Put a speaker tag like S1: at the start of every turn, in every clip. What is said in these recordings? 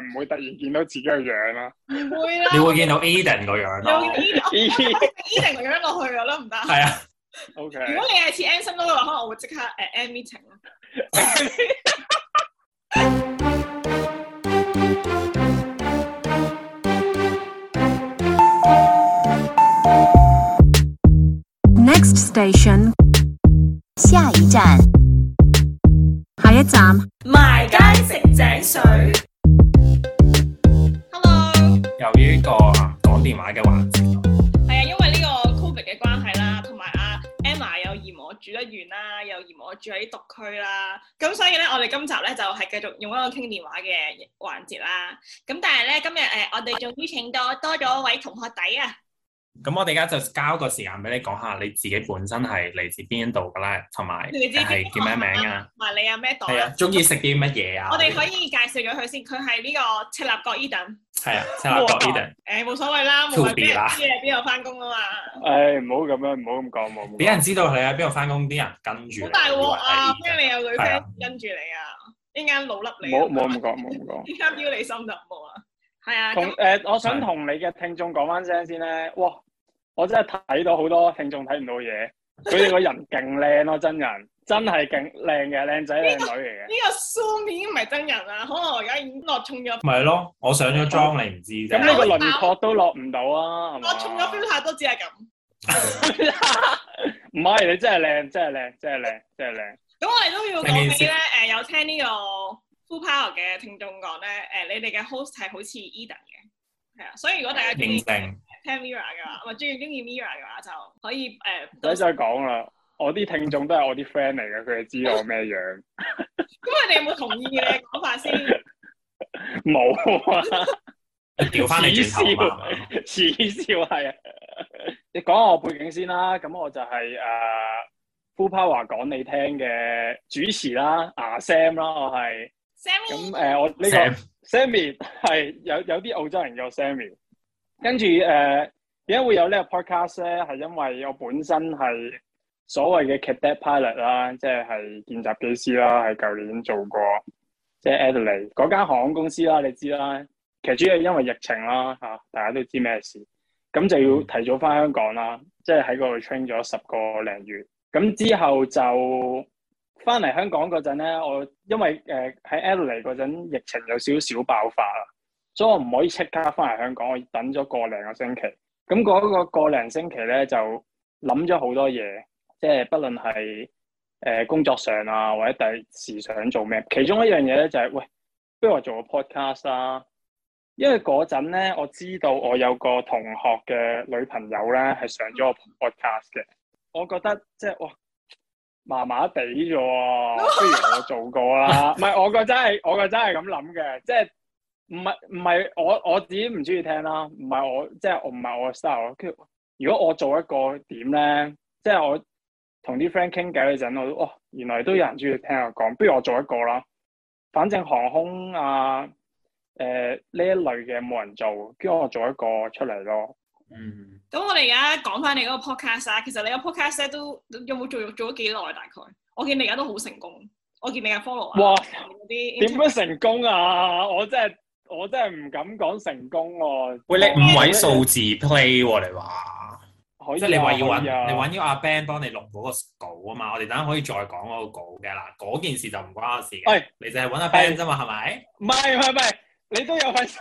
S1: 唔會突然見到自己個樣啦。
S2: 唔會啦，
S3: 你會見到 Aden 個樣
S2: 有
S3: 咯，
S2: Eden 個樣落去噶啦，唔得。
S3: 係啊，
S1: O K，
S2: 如果你係似 Anson 嗰個，可能我會即刻誒 end meeting 啊咯。
S4: Next station，
S5: 下一站，
S4: 下一站，
S2: 埋街食井水。Hello，
S3: 由於呢個講電話嘅環節，
S2: 係啊，因為呢個 Covid 嘅關係啦，同埋阿 Emma 又嫌我住得遠啦，又嫌我住喺獨區啦，咁所以咧，我哋今集咧就係、繼續用一個傾電話嘅環節啦。咁但係咧，今日誒、呃我哋仲邀請到多咗一位同學仔啊。
S3: 咁我哋而家就交個時間俾你講下你自己本身係嚟自邊度㗎啦，同埋
S2: 嚟自邊
S3: 係叫咩名啊？
S2: 同埋你有咩袋
S3: 係
S2: 啊？，
S3: 啊中意食啲乜嘢啊？
S2: 我哋可以介紹咗佢先，佢係呢個赤鱲角 Eden。
S3: 係啊，赤鱲角 Eden。
S2: 誒冇所謂啦，
S3: To
S2: 冇人俾
S3: be
S2: 人
S3: 啦
S2: 知你喺邊度翻工啊嘛，
S1: 唉，唔好咁樣，唔好咁講，冇。
S3: 俾人知道你喺邊度翻工，啲人跟住你。
S2: 好大鑊啊！
S3: 以
S2: 咩
S3: 為係
S2: 你有女
S3: 係啊
S2: friend 跟住你啊？一陣間老笠你啊，
S1: 冇冇咁講，冇咁講。
S2: 依家標你心就唔好啊！係啊，
S1: 同
S2: 咁
S1: 誒、我想同你嘅聽眾講翻聲先咧，哇！我真係睇到好多聽眾睇唔到嘢，佢哋個人勁靚咯，真人真係勁靚嘅，靚仔靚女嚟嘅。
S2: 呢個 Zoom 已經唔係真人啦，可能我而家已經落重咗，
S3: 咪咯，我上咗妝你唔知啫。
S1: 咁呢個輪廓都落唔到啊，係
S2: 落重咗
S1: 嘛？
S2: 標太多，只係咁。
S1: 唔係你真係靚，真係靚，真係靚，真係靚。
S2: 咁我哋都要
S3: 明
S2: 講
S3: 年
S2: 俾
S3: 先
S2: 咧誒有聽呢個 Full Power 嘅聽眾講咧誒，你哋嘅 host 係好似 Eden 嘅，係啊，所以如果大家中意
S3: 認
S2: 聽
S3: 證
S2: Mira 嘅話，或者中意中意 Mira 嘅話，就可以誒
S1: 唔
S2: 到
S1: 使再講啦，我啲聽眾都係我啲 friend 嚟嘅，佢哋知道我咩樣。
S2: 咁佢哋有冇同意你嘅講法 先？
S1: 冇啊，
S3: 調 翻你轉頭啊嘛。係咪
S1: 恥笑係啊！你講下我背景先啦，咁我就係、誒、Full Power 講你聽嘅主持啦，阿 Sam 啦，我係
S2: Sammy，
S1: 咁誒，我呢、個
S3: Sam
S1: Sammy 係有有啲澳洲人叫 Sammy，跟住誒點解會有呢個 podcast 咧？係因為我本身係所謂嘅 cadet pilot 啦，即係係見習機師啦，係舊年做過，即係 Adelaide 嗰間航空公司啦，你知啦。其實主要係因為疫情啦嚇、大家都知咩事，咁就要提早翻香港啦，即係喺嗰度 train 咗十個零月，咁之後就翻嚟香港嗰陣咧，我因為誒喺 Adelaide 嗰陣疫情有少少爆發啦，所以我唔可以即刻翻嚟香港，我等咗個零個星期。咁嗰個個零星期咧就諗咗好多嘢，即係不論係誒工作上啊，或者第時想做咩。其中一樣嘢咧就係、喂，不如我做個 podcast 啦。因為嗰陣咧，我知道我有個同學嘅女朋友咧係上咗個 podcast 嘅，我覺得即係哇麻麻地啫喎，不如我做過啦。唔係我個真係我個真係咁諗嘅，即係唔係唔係我我自己唔中意聽啦，唔係我即係我唔係我嘅 style。跟住如果我做一個點咧，即係我同啲 friend 傾偈嗰陣，我都哦原來都有人中意聽我講，不如我做一個啦。反正航空啊誒呢、一類嘅冇人做，跟住我做一個出嚟咯。
S3: 嗯，
S2: 咁我哋而家講翻你嗰個 podcast 啊，其實你個 podcast 咧都有冇做做咗幾耐大概？我見你而家都好成功，我見你嘅 follow 啊，
S1: 哇！
S2: 嗰啲
S1: 點樣成功啊？我真係我真係唔敢講成功喎、
S3: 喂，你五位數字 play 喎，你話，
S1: 可以
S3: 即
S1: 啊
S3: 係你話要
S1: 可以
S3: 揾
S1: 啊
S3: 你揾咗阿 Ben 幫你錄嗰個稿啊嘛。我哋等陣可以再講嗰個稿嘅啦。嗰件事就唔關我事嘅
S1: 喂，
S3: 你就係揾阿 Ben 啫嘛，係咪？
S1: 唔係唔係唔係，你都有份參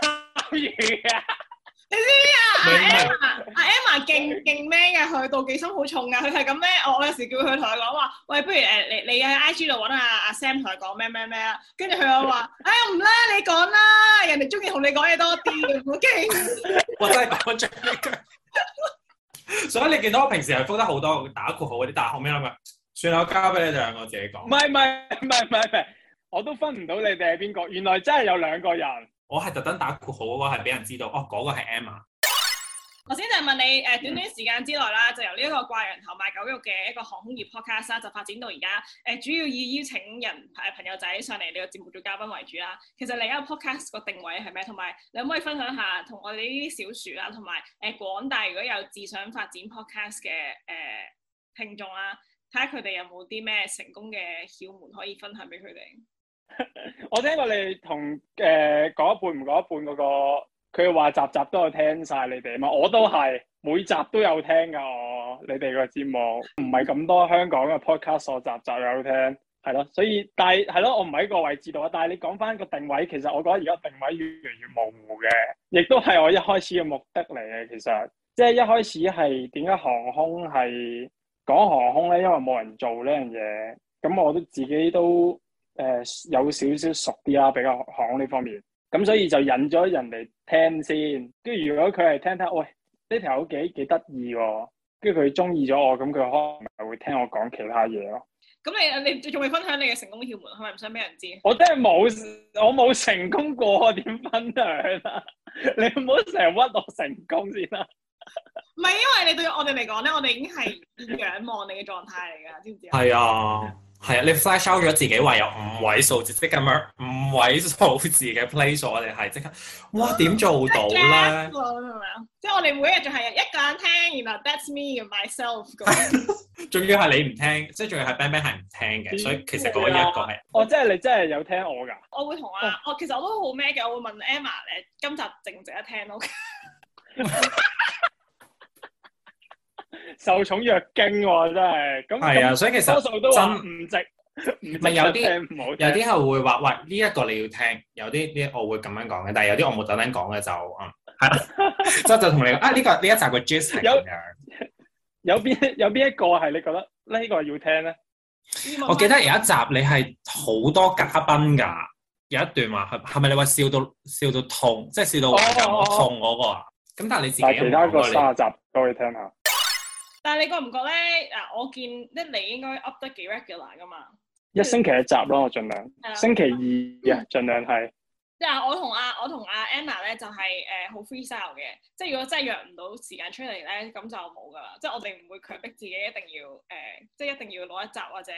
S1: 與啊！
S2: 阿
S3: 你唔
S2: 啊
S3: 係
S2: Emma，阿 Emma 勁勁 man 嘅，佢妒忌心好重啊嘅，佢係咁咧，我我有時叫佢同佢講話，喂，不如誒你你喺 IG 度揾阿阿 Sam 同佢講咩咩咩啊，跟住佢又話，哎呀唔啦，你講啦，人哋中意同你講嘢多啲，唔好驚。
S3: 我真係講咗呢句。所以你見到我平時係覆得好多打括號嗰啲，但係後尾諗下，算啦，我交俾你兩個自己
S1: 唔
S3: 講。
S1: 係唔係唔係唔係唔係，我都分唔到你哋係邊個。原來真係有兩個人。
S3: 我係特登打括號嗰個係俾人知道，哦，嗰、個係 Emma。
S2: 頭先就係問你誒、短短時間之內啦，就由呢一個掛羊頭賣狗肉嘅一個航空業 podcast 啦，就發展到而家誒，主要以邀請人誒朋友仔上嚟你個節目做嘉賓為主啦。其實你而家個 podcast 個定位係咩？同埋你可唔可以分享下同我哋呢啲小樹啦，同埋誒廣大如果有志想發展 podcast 嘅誒、聽眾啦，睇下佢哋有冇啲咩成功嘅竅門可以分享俾佢哋？
S1: 我聽過你同誒嗰一半唔嗰一半嗰、個，佢話集集都有聽晒你哋啊嘛，我都係每集都有聽㗎我你哋個節目，唔係咁多香港嘅 podcast 我集集有聽，係咯，所以但係係咯，我唔喺個位置度啊，但係你講翻個定位，其實我覺得而家定位越嚟越模糊嘅，亦都係我一開始嘅目的嚟嘅，其實即係一開始係點解航空係講航空咧，因為冇人做呢樣嘢，咁我都自己都。誒、呃有少少熟啲啊啦，比較行呢方面，咁所以就引咗人嚟聽先，跟住如果佢係聽聽，喂呢條友幾幾得意喎，跟住佢中意咗我，咁佢可能咪會聽我講其他嘢咯。
S2: 咁你你仲未分享你嘅成功竅門，係咪唔想俾人知？
S1: 我真係冇，我冇成功過，點分享啊？你唔好成日屈我成功先啦。
S2: 唔係因為你對我哋嚟講咧，我哋已經係仰望你嘅狀態嚟㗎，知唔知啊？
S3: 係啊，係啊，你 flash out 咗自己話有五位數字，即咁樣五位數字嘅 play 數，我哋係即刻，哇點做到咧？
S2: 咁樣，即係我哋每日就係一個人聽，然後 that's me and myself 咁樣。
S3: 仲要係你唔聽，即係仲要係 band band 係唔聽
S1: 嗯
S3: 嘅，所以其實嗰一個係
S1: 哦，即係你真係有聽我㗎？
S2: 我會同啊，我其實我都好咩嘅，我會問 Emma 誒，今集值唔值得聽咯？
S1: 受寵若驚喎、真係。咁
S3: 係啊，
S1: 咁
S3: 所以其實
S1: 多數都話
S3: 真
S1: 唔值，唔值
S3: 咪有
S1: 得
S3: 啲
S1: 聽唔好聽
S3: 有啲係會話，喂呢一、個你要聽，有啲呢我會咁樣講嘅，但係有啲我冇特登講嘅就嗯係啦， 即係就同你講啊呢、個呢一集個 gist 係
S1: 有
S3: 咁樣。
S1: 有邊有邊一個係你覺得呢個要聽咧？
S3: 我記得有一集你係好多嘉賓㗎，有一段話係係咪你話笑到笑到痛，即係笑到話
S1: 哦哦哦
S3: 痛嗰個啊？咁但係你自己
S1: 但係其他個
S3: 有冇講過
S1: 三集都可以聽下。
S2: 但係你覺唔覺咧？嗱，我見即係你應該 up 得幾 regular 噶嘛？
S1: 一星期一集咯，我盡量。
S2: 係啦
S1: 星期二啊，盡量係。
S2: 即係我同阿我同阿 Anna 咧就係誒好 freestyle 嘅，即係如果真係約唔到時間出嚟咧，咁就冇噶啦。即係我哋唔會強迫自己一定要誒、呃即係一定要攞一集或者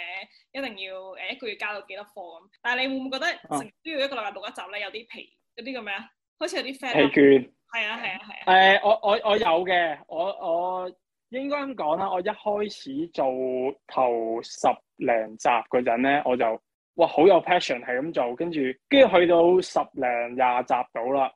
S2: 一定要誒、呃一個月交到幾多課咁。但係你會唔會覺得
S1: 啊
S2: 成都要一個禮拜錄一集咧？有啲疲，有啲叫咩啊？好似有啲 fat
S1: 疲
S2: 啊
S1: 倦。
S2: 係啊係啊係啊，
S1: 誒，我我我有嘅，我我應該咁講啦。我一開始做頭十零集嗰陣咧，我就哇好有 passion 係咁做，跟住跟住去到十零廿集到啦。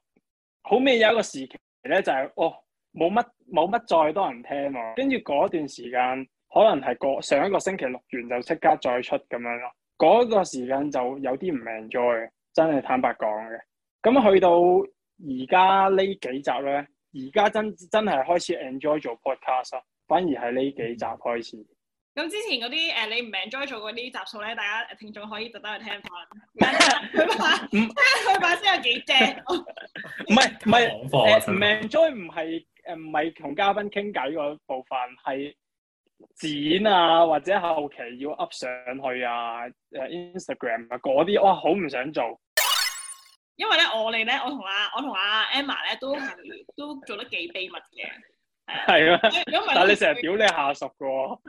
S1: 好尾有一個時期咧，就係、哦冇乜冇乜再多人聽喎，跟住嗰段時間可能係個上一個星期錄完就即刻再出咁樣咯。嗰、個時間就有啲唔 enjoy，真係坦白講嘅。咁去到而家呢幾集咧，而家真真係開始 enjoy 做 podcast 啦，反而係呢幾集開始。
S2: 咁之前嗰啲誒你唔 enjoy 做嗰啲集數咧，大家聽眾可以特登去聽 翻，佢把聽佢把聲有幾正。
S1: 唔係唔哦係
S3: 講課啊
S1: 誒
S3: 真
S1: 唔
S3: 係
S1: enjoy 唔係誒唔係同嘉賓傾偈嗰部分係剪啊，或者後期要 up 上去啊，誒 Instagram 啊嗰啲，哇好唔想做。
S2: 因為咧，我哋咧，我同阿我同阿 Emma 咧都係都做得幾秘密嘅。
S1: 係 啊，
S2: 因為
S1: 但係你成日屌你下屬嘅喎，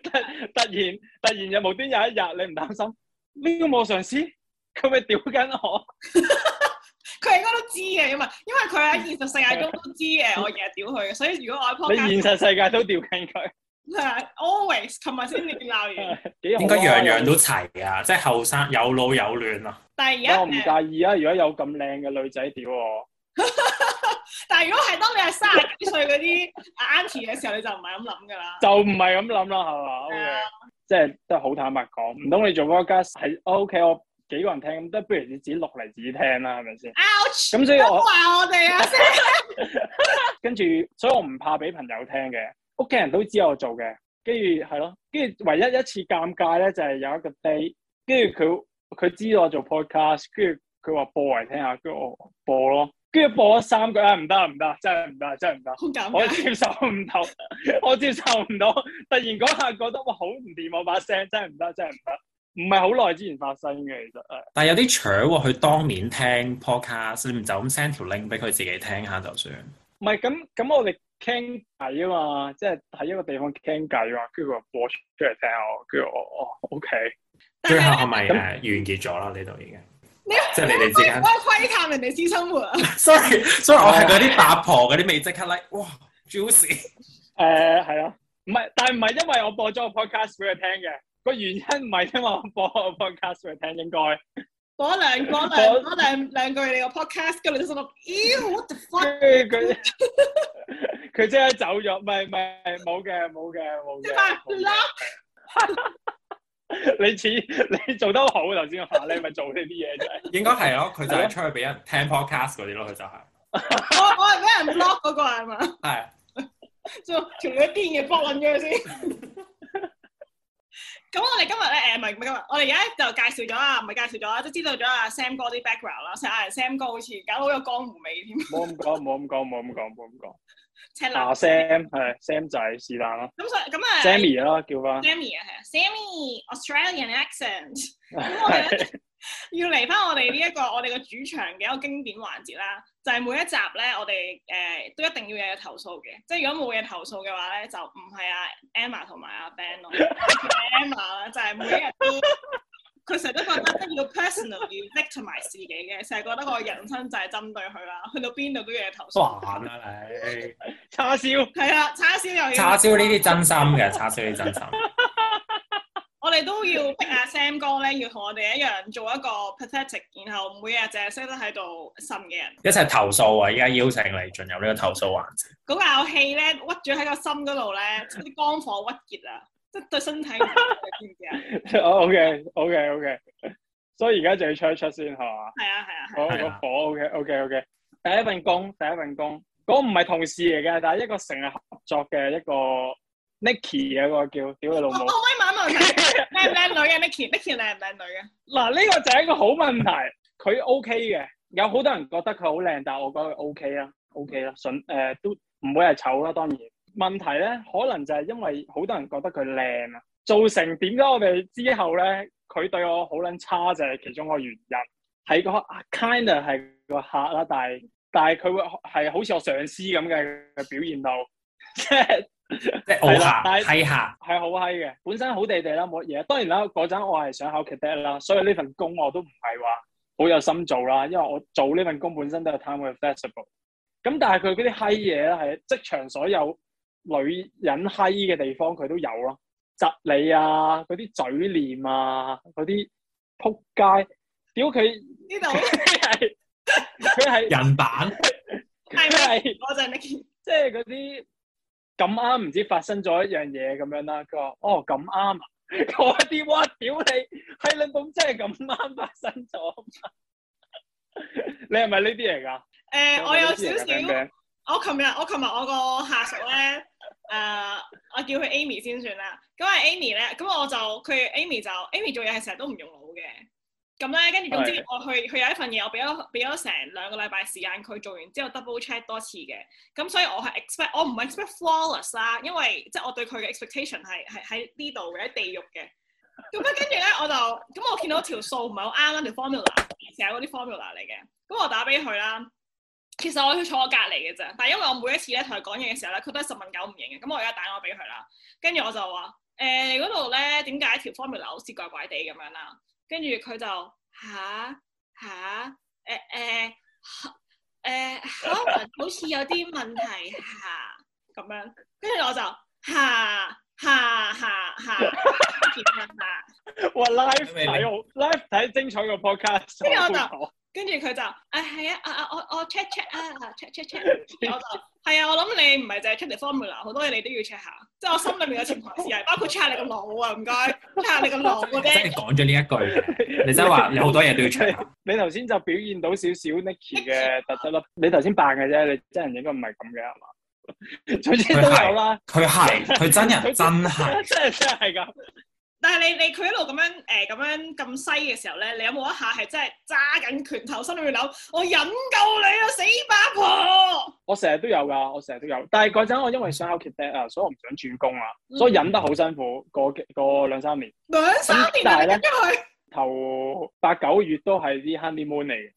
S1: 突突然突然又無端有一日你唔擔心呢個我上司，佢咪屌緊我？
S2: 佢應該都知嘅，因為因為佢喺現實世界中都知嘅，我日日屌佢嘅，所以如果我喺
S1: 你現
S2: podcast
S1: 實世界都屌緊佢，
S2: 係啊 always 琴日先至鬧完，
S1: 幾好啊
S3: 應該樣樣都齊啊，即係後生有老有嫩啊。
S2: 但係
S1: 不過我唔
S2: 而家誒，
S1: 介意啊！如果有咁靚嘅女仔屌我，
S2: 但係如果係當你係三十幾歲嗰啲 auntie 嘅時候，你就唔係咁諗㗎啦。
S1: 就唔係咁諗啦，係嘛？OK，
S2: 係啊
S1: 即係都係好坦白講，唔通你做 podcast 係 OK？我幾個人聽咁，都不如你自己錄嚟自己聽啦，係咪先？
S2: ouch！
S1: 咁所以
S2: 都
S1: 我
S2: 話我哋啊，
S1: 跟住，所以我唔怕俾朋友聽嘅，屋企人都知我做嘅。跟住係咯，跟住唯一一次尷尬咧，就係、有一個 day，跟住佢佢知道我做 podcast，跟住佢話播嚟聽下，跟住我播咯，跟住播咗三句啊，唔得啊唔得啊，真係唔得啊真係唔得啊。
S2: 好尷
S1: 我
S2: 尬。
S1: 接受唔到，我接受唔到。突然嗰下覺得哇，好唔掂，啊我把聲真係唔得，真係唔得。唔係好耐之前發生嘅，其實誒，
S3: 但係有啲搶喎，佢當面聽 podcast，你唔就咁 send 條 link 俾佢自己聽下就算。
S1: 唔係咁咁，我哋傾偈啊嘛，即係喺一個地方傾偈啊，跟住佢話播出嚟聽我，跟住我哦，OK，
S2: 但
S3: 最後
S2: 係
S3: 係咪誒
S1: 咁
S3: 完結咗啦？呢度已經
S2: 你，
S3: 即係你哋之
S2: 我
S3: 間。
S2: 係窺探人哋私生 活啊，
S3: sorry sorry，我係嗰啲八婆嗰啲未即刻 like，哇 juicy，
S1: 誒係啊，唔係，但係唔係因為我播咗個 podcast 俾佢聽嘅，個原因唔係因為我播個 podcast 俾佢聽，應該
S2: 嗰兩嗰兩嗰兩兩句你個 podcast，跟住你都心諗，妖 what the fuck！
S1: 跟住佢佢即刻走咗，唔係唔係冇嘅冇嘅冇
S2: 即係翻
S1: 嘅。 你似你做得好頭先個下，你咪做呢啲嘢啫。
S3: 應該係咯，佢就係出去俾人聽 podcast 嗰啲咯，佢就係啊
S2: 我我係俾人 block 嗰個係嘛？
S3: 係
S2: 就條女癲嘅 block 撚咗佢 先。咁我哋今日咧誒，唔係唔係今日，我哋而家就介紹咗啦，唔係介紹咗啦，即係知道咗阿 Sam 哥啲 background 啦。成日嗌人 Sam 哥好似搞到好有江湖味添，
S1: 冇咁講，冇咁講，冇咁講，冇咁講。
S2: 赤
S1: 阿
S2: 裸。
S1: Sam 係 Sam 仔是但咯
S2: 咁所以咁啊
S1: Ờ. ，Sammy 啦叫翻。
S2: Sammy 啊，係啊，Sammy Australian accent。咁我哋
S1: 係
S2: 咧要嚟翻我哋呢一個我哋個主場嘅一個經典環節啦，就係、每一集咧，我哋誒、呃都一定要有嘢投訴嘅，即係如果冇嘢投訴嘅話咧，就唔係阿 Emma 同埋阿 Ben 咯，Emma 啦，就係每一日都 佢成日都覺得即係要 personal 要 victimize 自己嘅，成日覺得我人生就係針對佢啦，去到邊度都要有投訴，
S3: 玩啊你！
S1: 叉燒。
S2: 係啊，叉燒又要
S3: 叉燒呢啲真心嘅， 叉燒呢啲真心。
S2: 我哋都要逼阿 Sam 哥咧，要同我哋一樣做一個 pathetic，然後每日淨係識得喺度呻嘅人。
S3: 一齊投訴啊！依家邀請你進入呢個投訴環節。
S2: 嗰嚿氣咧屈咗喺個心嗰度咧，即係啲肝火鬱結啊，即係對身體唔好嘅，知唔 知啊？
S1: O K O K O K，所以而家就要出一出先係嘛？
S2: 係啊係啊係
S1: 嗰
S2: 啊，
S3: 係
S1: 個
S3: 啊
S1: 火 O K O K O K。第一份工，第一份工，嗰個唔係同事嚟嘅，但係一個成日合作嘅一個 Nicky 嘅一個叫屌你老
S2: 我
S1: 母。 啊
S2: 我威猛問題，靚唔靚女啊嘅 Nicky？Nicky 靚唔靚女啊嘅？
S1: 嗱，呢個就係一個好問題，佢 O K 嘅，有好多人覺得佢好靚，但係我覺得佢啊 O K 啦，O K 啦，順誒、呃都唔會係醜啦，當然。問題咧，可能就係因為好多人覺得佢靚啊，造成點解我哋之後咧，佢對我好撚差就係其中一個原因，係個 kind of 係個客啦，但係但係佢會係好似我上司咁嘅表現到，即係。
S3: 即係傲
S1: 啦
S3: 下、
S1: 但
S3: 批下，
S1: 係好閪嘅，本身好地地啦，冇乜嘢。當然啦，嗰陣我係想考 cadet 啦，所以呢份工我都唔係話好有心做啦，因為我做呢份工本身都係 time with flexible。咁但係佢嗰啲閪嘢咧，係職場所有女人閪嘅地方佢都有咯，窒你啊，嗰啲嘴臉啊，嗰啲撲街，屌佢
S2: 呢 度
S1: 係佢係
S3: 人版
S1: 佢
S2: 係咪？
S1: 係。
S2: 我就係 Nicky，
S1: 即係嗰啲咁啱唔知發生咗一樣嘢咁樣啦。佢話：哦咁啱啊！ 嗰啲哇屌你係啦，咁真係咁啱發生咗。啊你係咪呢啲嚟㗎？
S2: 誒我有
S1: 呢啲嚟㗎
S2: 少
S1: Ben
S2: 少。
S1: Ben？
S2: 我琴日我琴日我個下屬咧，誒、我叫佢 Amy 先算啦。咁啊 Amy 咧，咁我就佢 Amy 就 Amy 做嘢係成日都唔用腦嘅。咁咧，跟住總之
S1: 係
S2: 我去佢有一份嘢，我俾咗俾咗成兩個禮拜時間佢做完之後 double check 多次嘅。咁所以我係 expect 我唔係 expect flawless 啦，因為即係我對佢嘅 expectation 係係喺呢度嘅喺地獄嘅。咁啊咧跟住咧我就咁我見到條數唔係好啱啦，條 formula 成日嗰啲 formula 嚟嘅。咁我打俾佢啦。其實我佢坐我隔離嘅啫，但係因為我每一次咧同佢講嘢嘅時候咧，佢都係十問九唔應嘅。咁我而家打電話俾佢啦，跟住我就話：誒、你嗰度咧點解條 formula 好似怪怪地咁樣啦？跟住佢就吓吓誒誒誒，可能好似有啲問題嚇咁樣。跟住我就嚇嚇嚇嚇，
S1: 哇 live 睇好 live 睇精彩個 podcast。
S2: 跟住我就
S1: 就
S2: 跟住佢就啊係啊啊啊我我 check check 啊啊 check check check，跟住我就係啊我諗你唔係淨係 check 條 formula，好多嘢你都要 check 下，即係我心裏面有情況 試係包括 check 下你個腦啊，唔該 check 下你個腦
S3: 即
S2: 嘅
S3: 係
S2: 啫。
S3: 講咗呢一句嘅，你真係話有好多嘢都要 check 下。
S1: 你頭先就表現到少少 Nicky 嘅特質啦。你頭先扮嘅啫，你真人應該唔係咁嘅係嘛？ 總之都有啦，
S3: 佢 係佢真人真係
S1: 真係真係㗎。
S2: 但係你你佢一路咁樣誒咁樣咁西嘅時候咧，你有冇一下係真係揸緊拳頭，心裏面諗我忍夠你啊死八婆？
S1: 我成日都有㗎，我成日都有。但係嗰陣我因為想考 cadet 啊，所以我唔想轉工啊，所以忍得好辛苦，過幾過兩三年，
S2: 兩三年就忍咗佢。
S1: 頭八九月都係啲 honeymoon 嚟嘅。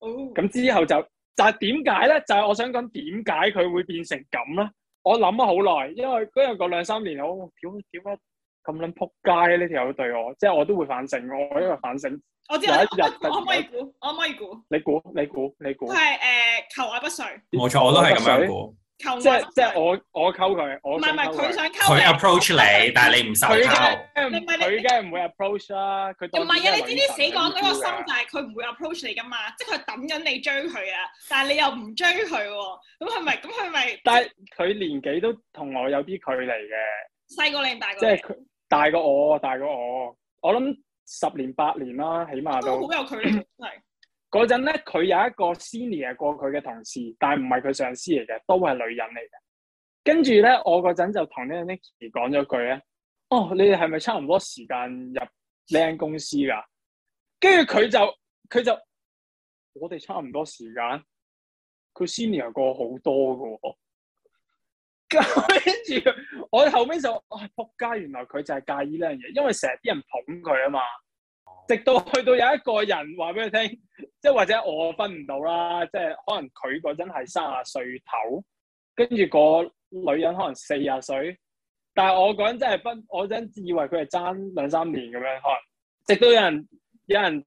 S2: 哦
S1: 咁之後就就係點解咧？就係、我想講點解佢會變成咁咧？我諗咗好耐，因為嗰日嗰兩三年我屌屌乜咁撚撲街呢條友對我，即係我都會反省，我因為反省。
S2: 我知
S1: 有
S2: 道
S1: 一
S2: 我
S1: 日
S2: 可唔可以估？我可唔可以估？
S1: 你估你估你估
S2: 佢，係誒求愛不遂。
S3: 冇錯，我都係咁樣
S1: 我
S3: 估。
S2: 求我
S1: 即係
S2: 心
S1: 即
S2: 水
S1: 係我我溝佢，
S2: 唔
S1: 我
S2: 係唔
S1: 想
S2: 係
S1: 溝
S2: 佢
S1: 佢，
S2: 想溝你
S3: 佢 approach 你，但係你唔受
S1: 佢
S3: 溝。
S1: 梗係唔
S2: 你唔係你
S1: 佢梗係唔會 approach 啦。佢
S2: 唔
S1: 當
S2: 係啊！你知啲死港
S1: 港
S2: 嗰個心就係佢唔會 approach 你噶嘛，即係佢等緊你追佢啊，但係你又唔追佢喎，咁佢咪咁佢咪
S1: 但係佢年紀都同我有啲距離嘅，
S2: 細過你定大
S1: 即
S2: 過
S1: 係
S2: 你？
S1: 佢大過我，大過我，我諗十年八年啦，起碼
S2: 都好
S1: 都。
S2: 有 距離，真係
S1: 嗰陣咧，佢有一個 senior 過佢嘅同事，但係唔係佢上司嚟嘅，都係女人嚟嘅。跟住咧，我嗰陣就同呢個 Nicky 講咗句咧，哦，你哋係咪差唔多時間入呢間公司㗎？跟住佢就佢就我哋差唔多時間，佢 senior 過好多㗎喎。跟住我後尾就，唉、仆街！原來佢就係介意呢樣嘢，因為成日啲人捧佢啊嘛。直到去到有一個人話俾佢聽。即係或者我分唔到啦，即係可能佢嗰陣係三十歲頭，跟住個女人可能四十歲，但係我嗰陣真係分，我嗰陣以為佢係爭兩三年咁樣，可能直到有人有人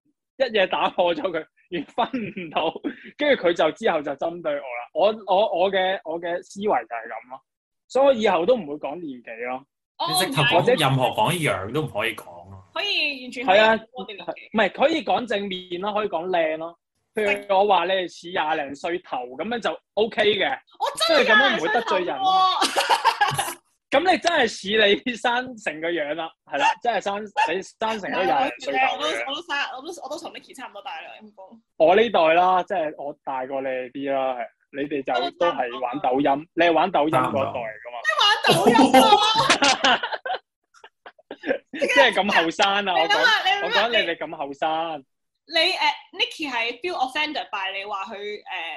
S1: 一夜打破咗佢，原分唔到， 跟住佢就之後就針對我啦。我我我嘅我嘅思維就係咁咯，所以我以後都唔會講年紀咯。
S3: 你
S2: 我
S3: 直
S2: 哦唔
S3: 頭
S2: 係
S1: 或者
S3: 講任何講樣都唔可以講咯。
S2: 可以完全
S1: 係啊
S2: 可以我哋年紀
S1: 唔係可以講正面咯，可以講靚咯。譬如我話你係似廿零歲頭咁樣就 O K 嘅。
S2: 我真係
S1: 即係咁樣
S2: 廿
S1: 唔會得罪人啊
S2: 歲頭喎
S1: 咁你真係似你生成個樣啦，係啦，真係生你生成咗廿零歲頭
S2: 我都啊
S1: 嘅。
S2: 我都生我都我都同 Nicky 差唔多大啦，陰公。
S1: 我呢代啦，即係我大過你哋啲啦，係你哋就都係玩抖音，你係玩抖音嗰一代嚟
S2: 玩抖音啊！
S1: 噶嘛，即係咁後生啊！
S2: 你
S1: 我
S2: 諗
S1: 講
S2: 下，你
S1: 我
S2: 諗下
S1: 講你
S2: 你
S1: 哋咁後生，
S2: 你誒 Nicky 係 feel offended by 你話佢誒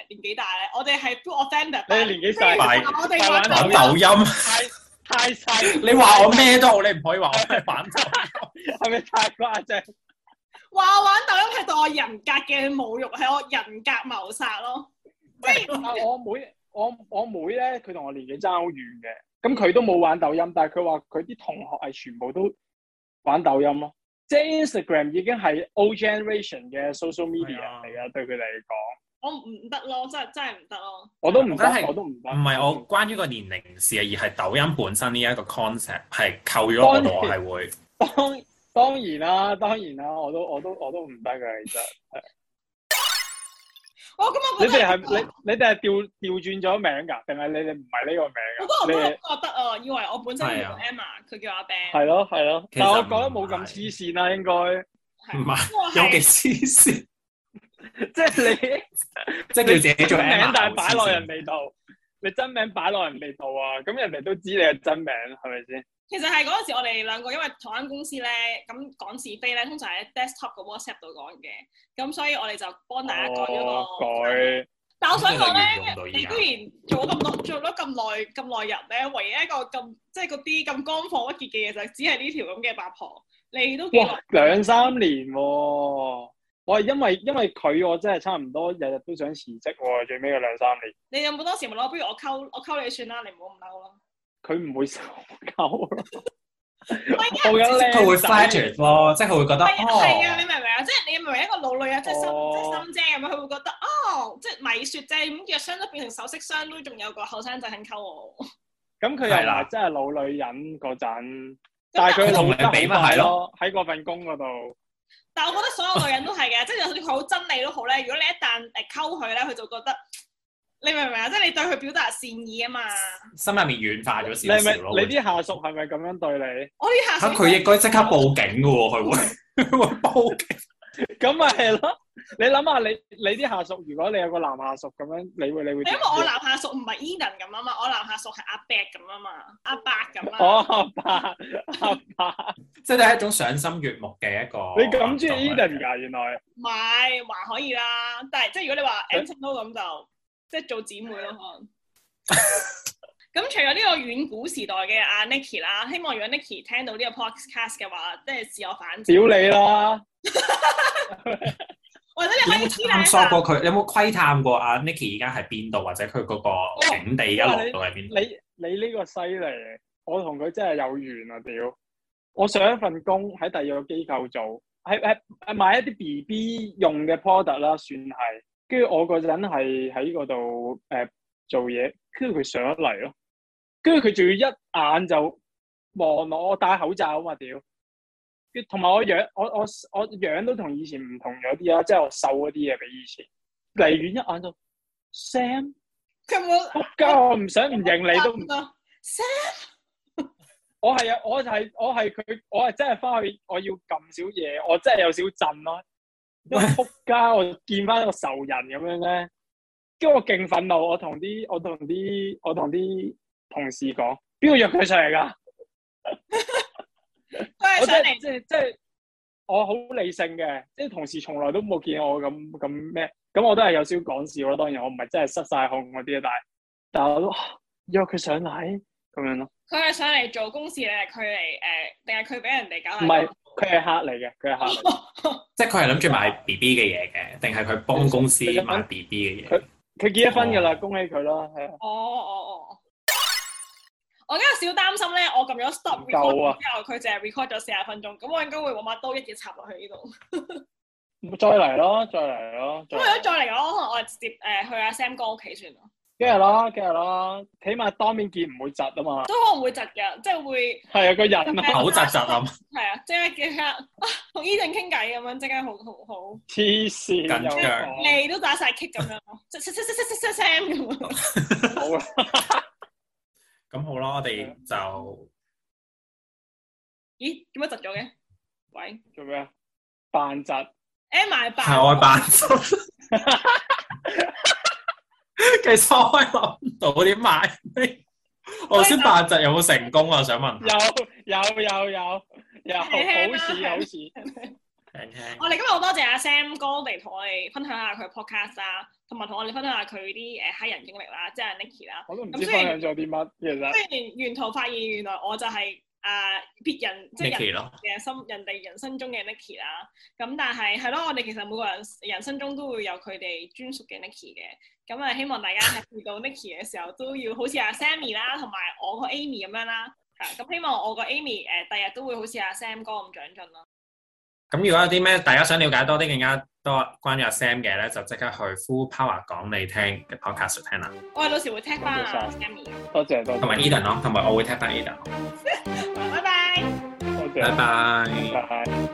S2: 年紀大咧，我哋係 feel offended
S1: 你
S2: by
S1: 年紀細，
S3: 大
S2: 我哋
S1: 玩
S3: 玩
S2: 玩抖
S3: 抖
S2: 音，
S3: 音，
S1: 太太細，
S3: 你話我咩都好，你唔可以話我咩反抖音。
S1: 係咪太誇張？
S2: 話玩抖音係對我人格嘅侮辱，係我人格謀殺咯。即 係
S1: 但啊我妹，我我妹咧，佢同我年紀爭好遠嘅，咁佢都冇玩抖音，但係佢話佢啲同學係全部都玩抖音咯，即係 Instagram 已經係 old generation 嘅 social media
S3: 係啊
S1: 嚟噶，對佢嚟講，
S2: 我唔得咯，真係真係唔得咯。
S1: 我都唔
S3: 但係
S1: 得，我都唔得，
S3: 唔係我關於個年齡事，而係抖音本身呢一個 concept 係扣咗我度，我係會
S1: 當當然啦，當然啦，我都我都我都唔得嘅， 其實
S2: 我哦咁
S1: 你
S2: 我
S1: 哋
S2: 覺得
S1: 係你你哋係調調轉咗名㗎，定係你哋唔係呢
S2: 我
S1: 個
S2: 嗰
S1: 名㗎？
S2: 個我
S1: 你
S2: 覺得啊，以為我本身
S3: 係
S2: 叫
S3: 啊
S2: Emma，佢叫阿 Ben，
S1: 係啊咯係咯，
S3: 其實
S1: 但我覺
S3: 唔
S1: 得
S3: 係
S1: 冇咁黐線啦，應該
S2: 係
S3: 唔 係
S2: 因為我
S3: 有幾
S2: 係
S3: 黐線，
S1: 即係你。
S3: 即係叫自己
S1: 真
S3: 做
S1: 名
S3: Emma
S1: 但係擺落
S3: 好黐線
S1: 人哋度，你真名擺落人哋度啊，咁人哋都知你係真名，係咪先？
S2: 其實係嗰陣時，我哋兩個因為台灣公司咧，咁講是非咧，通常喺 desktop 嘅 WhatsApp 度講嘅，咁所以我哋就幫大家改咗個。
S1: 哦改
S2: 但我想講
S3: 咁就
S2: 咧，
S3: 要
S2: 你
S3: 用
S2: 居
S3: 到
S2: 然做咗咁多，做咗咁耐咁耐人咧，唯一一個咁即係嗰啲咁乾貨不結嘅嘢就只係呢條咁嘅八婆，你都幾耐
S1: 哇？兩三年喎、我係因為因為佢，我真係差唔多日日都想辭職喎、最尾嘅兩三年，
S2: 你有冇當時咪攞？不如我溝我溝你算啦，你唔好咁嬲啦。
S1: 佢唔會收鳩咯。
S2: 係
S1: 我有靚仔
S3: 佢會 flatter 咯，即係佢會覺得
S2: 啊係啊，
S3: 哦
S2: 你，明唔明啊？即係你明唔明一個老女啊人，即係心
S1: 哦
S2: 即係心姐咁樣，佢會覺得哦，即係米雪啫，咁藥箱都變成首飾箱，都仲有個後生仔肯溝我。
S1: 咁佢又
S3: 係
S1: 唔
S3: 啦
S1: 係真係老女人嗰陣，但係
S3: 佢
S1: 佢
S3: 同
S1: 老
S3: 你
S1: 得
S3: 比咪
S1: 好快
S3: 係咯
S1: 咯，喺嗰份工嗰度。
S2: 但係我覺得所有女人都係嘅，即係就算佢好憎你都好咧，如果你一旦誒溝佢咧，佢就覺得你明唔明啊？即係你對佢表達善意啊嘛。
S3: 心入面軟化咗
S1: 你
S3: 少
S1: 係
S3: 少咯。
S1: 咪你啲下屬係咪咁樣對
S2: 我呢下
S3: 嚇啊佢應該即刻報警嘅喎，佢會 佢會報警。
S1: 你？咁咪係咯。你諗下，你你啲下屬，如果你有個男下屬咁樣，你會你會
S2: 因
S1: 點
S2: 為我男下屬唔係 Eden 咁啊嘛，我男下屬係阿 b a 咁啊嘛，阿伯咁啊。
S1: 哦，阿爸阿爸，
S3: 即係係一種賞心悅目嘅一個。
S1: 你咁中意 Eden？㗎？原來
S2: 唔係還可以啦，但係即係如果你話 Anson 都咁就即係做姊妹咯，可能。咁除咗呢個遠古時代嘅阿 Nicky 啦，希望如果 Nicky 聽到呢個 podcast 嘅話，即係自我反省，
S1: 屌你啦！
S2: 或者你可
S3: 你有
S2: 以
S3: 冇
S2: 知
S3: 探索
S2: 啦。
S3: 過佢？你有冇窺探過阿 Nicky 而家喺邊度，或者佢嗰個境地一路到喺邊？
S1: 哦你你呢個犀利，我同佢真係有緣啊！屌，我上一份工喺第二個機構做，喺喺喺買一啲 B B 用嘅 product 啦，算係。跟住我嗰陣係喺嗰度誒做嘢，跟住佢上咗嚟咯，跟住佢仲要一眼就望我，我戴口罩啊嘛，屌！跟住同埋我樣，我我我樣都同以前唔同咗啲啦，啊即係我瘦咗啲嘢比以前。離遠一眼就 Sam，
S2: 佢冇
S1: 仆街！我唔想唔認你都唔
S2: 答啊，Sam，
S1: 我係啊，我就係我係佢，我係真係翻去，我要撳少嘢，我真係有少震咯。因為仆街，我見翻個仇人咁樣咧，跟住我勁憤怒，我同啲我同啲我同啲同事講，邊個約佢上嚟㗎？我真係
S2: 佢係上嚟
S1: 即係即係我好理性嘅，即係同事從來都冇見我咁咁咩，咁我都係有少少講笑啦。當然我唔係真係失晒控嗰啲，但係但係我都、啊約佢上嚟咁樣咯。
S2: 佢係上嚟做公事，定係佢嚟誒，定係佢啊俾人哋搞
S1: 唔係，佢係客嚟嘅，佢係客嚟嘅。
S3: 即係佢係諗住買 B B 嘅嘢嘅，定係佢幫公司買 B B 嘅嘢？
S1: 佢結咗婚㗎
S3: 哦
S1: 啦，恭喜佢啦，係啊，
S2: 哦哦哦。我而家有少擔心咧，我撳咗 stop
S1: 唔夠啊
S2: record 之後，佢淨係 record 咗四十分鐘，咁我應該會揾把刀一嘢插落去呢度。
S1: 再嚟咯，再嚟咯，再
S2: 咁如果
S1: 嚟咯
S2: 再嚟嘅話，可能我係直接誒去阿 Sam 哥屋企算啦，
S1: 梗係啦，梗係啦，起碼當面見唔會窒啊嘛，
S2: 都可能會窒嘅，即係會
S1: 係啊，個人啊
S3: 口窒窒啊，
S2: 係啊，即係即刻啊同 Eden 傾偈咁樣，即刻好好好，
S1: 黐線，
S3: 緊張
S1: 有
S2: 脷都打晒棘咁樣咯，即即即即即即 Sam 咁樣。
S1: 講好啊，
S3: 咁好啦，我哋
S1: 嗯
S3: 就
S2: 咦？點解窒咗嘅？喂
S1: 做咩啊？扮窒，
S2: ，M 埋白
S3: 係我扮手。 其實我係諗唔到 啲買咩。我先扮侄有冇成功啊？想問下。
S1: 有有有有 有，好似好似，
S3: 聽聽
S2: 我哋今日好多謝阿 Sam 哥嚟同我哋分享下佢 podcast 啦，同埋同我哋分享下佢啲誒黑人經歷啦，即係 Nicky 啦。
S1: 我都唔知分享咗啲乜，其實
S2: 雖然沿途發現原來我就係、啊別人即係
S3: Nicky
S2: 人
S3: 咯，
S2: 嘅心人哋人生中嘅 Nicky 啦，咁但係係咯，我哋其實每個人人生中都會有佢哋專屬嘅 Nicky 嘅，咁啊希望大家係遇到 Nicky 嘅時候都要好似阿 Sammy 啦，同埋我個 Amy 咁樣啦，啊咁希望我個 Amy 誒、第日都會好似阿 Sam 哥咁長進咯。
S3: 咁如果有啲咩大家想了解多啲更加多關於阿 Sam 嘅咧，就即刻去 Full Power 講你聽嘅 podcast 聽啦，
S2: 我哋到時會 tag 翻阿 Sammy，
S1: 多謝多
S3: 同埋
S1: 謝，
S3: Eden 咯，同埋我會聽翻 Eden。
S2: 拜拜。
S1: 多謝
S3: 拜，拜。
S1: 拜拜。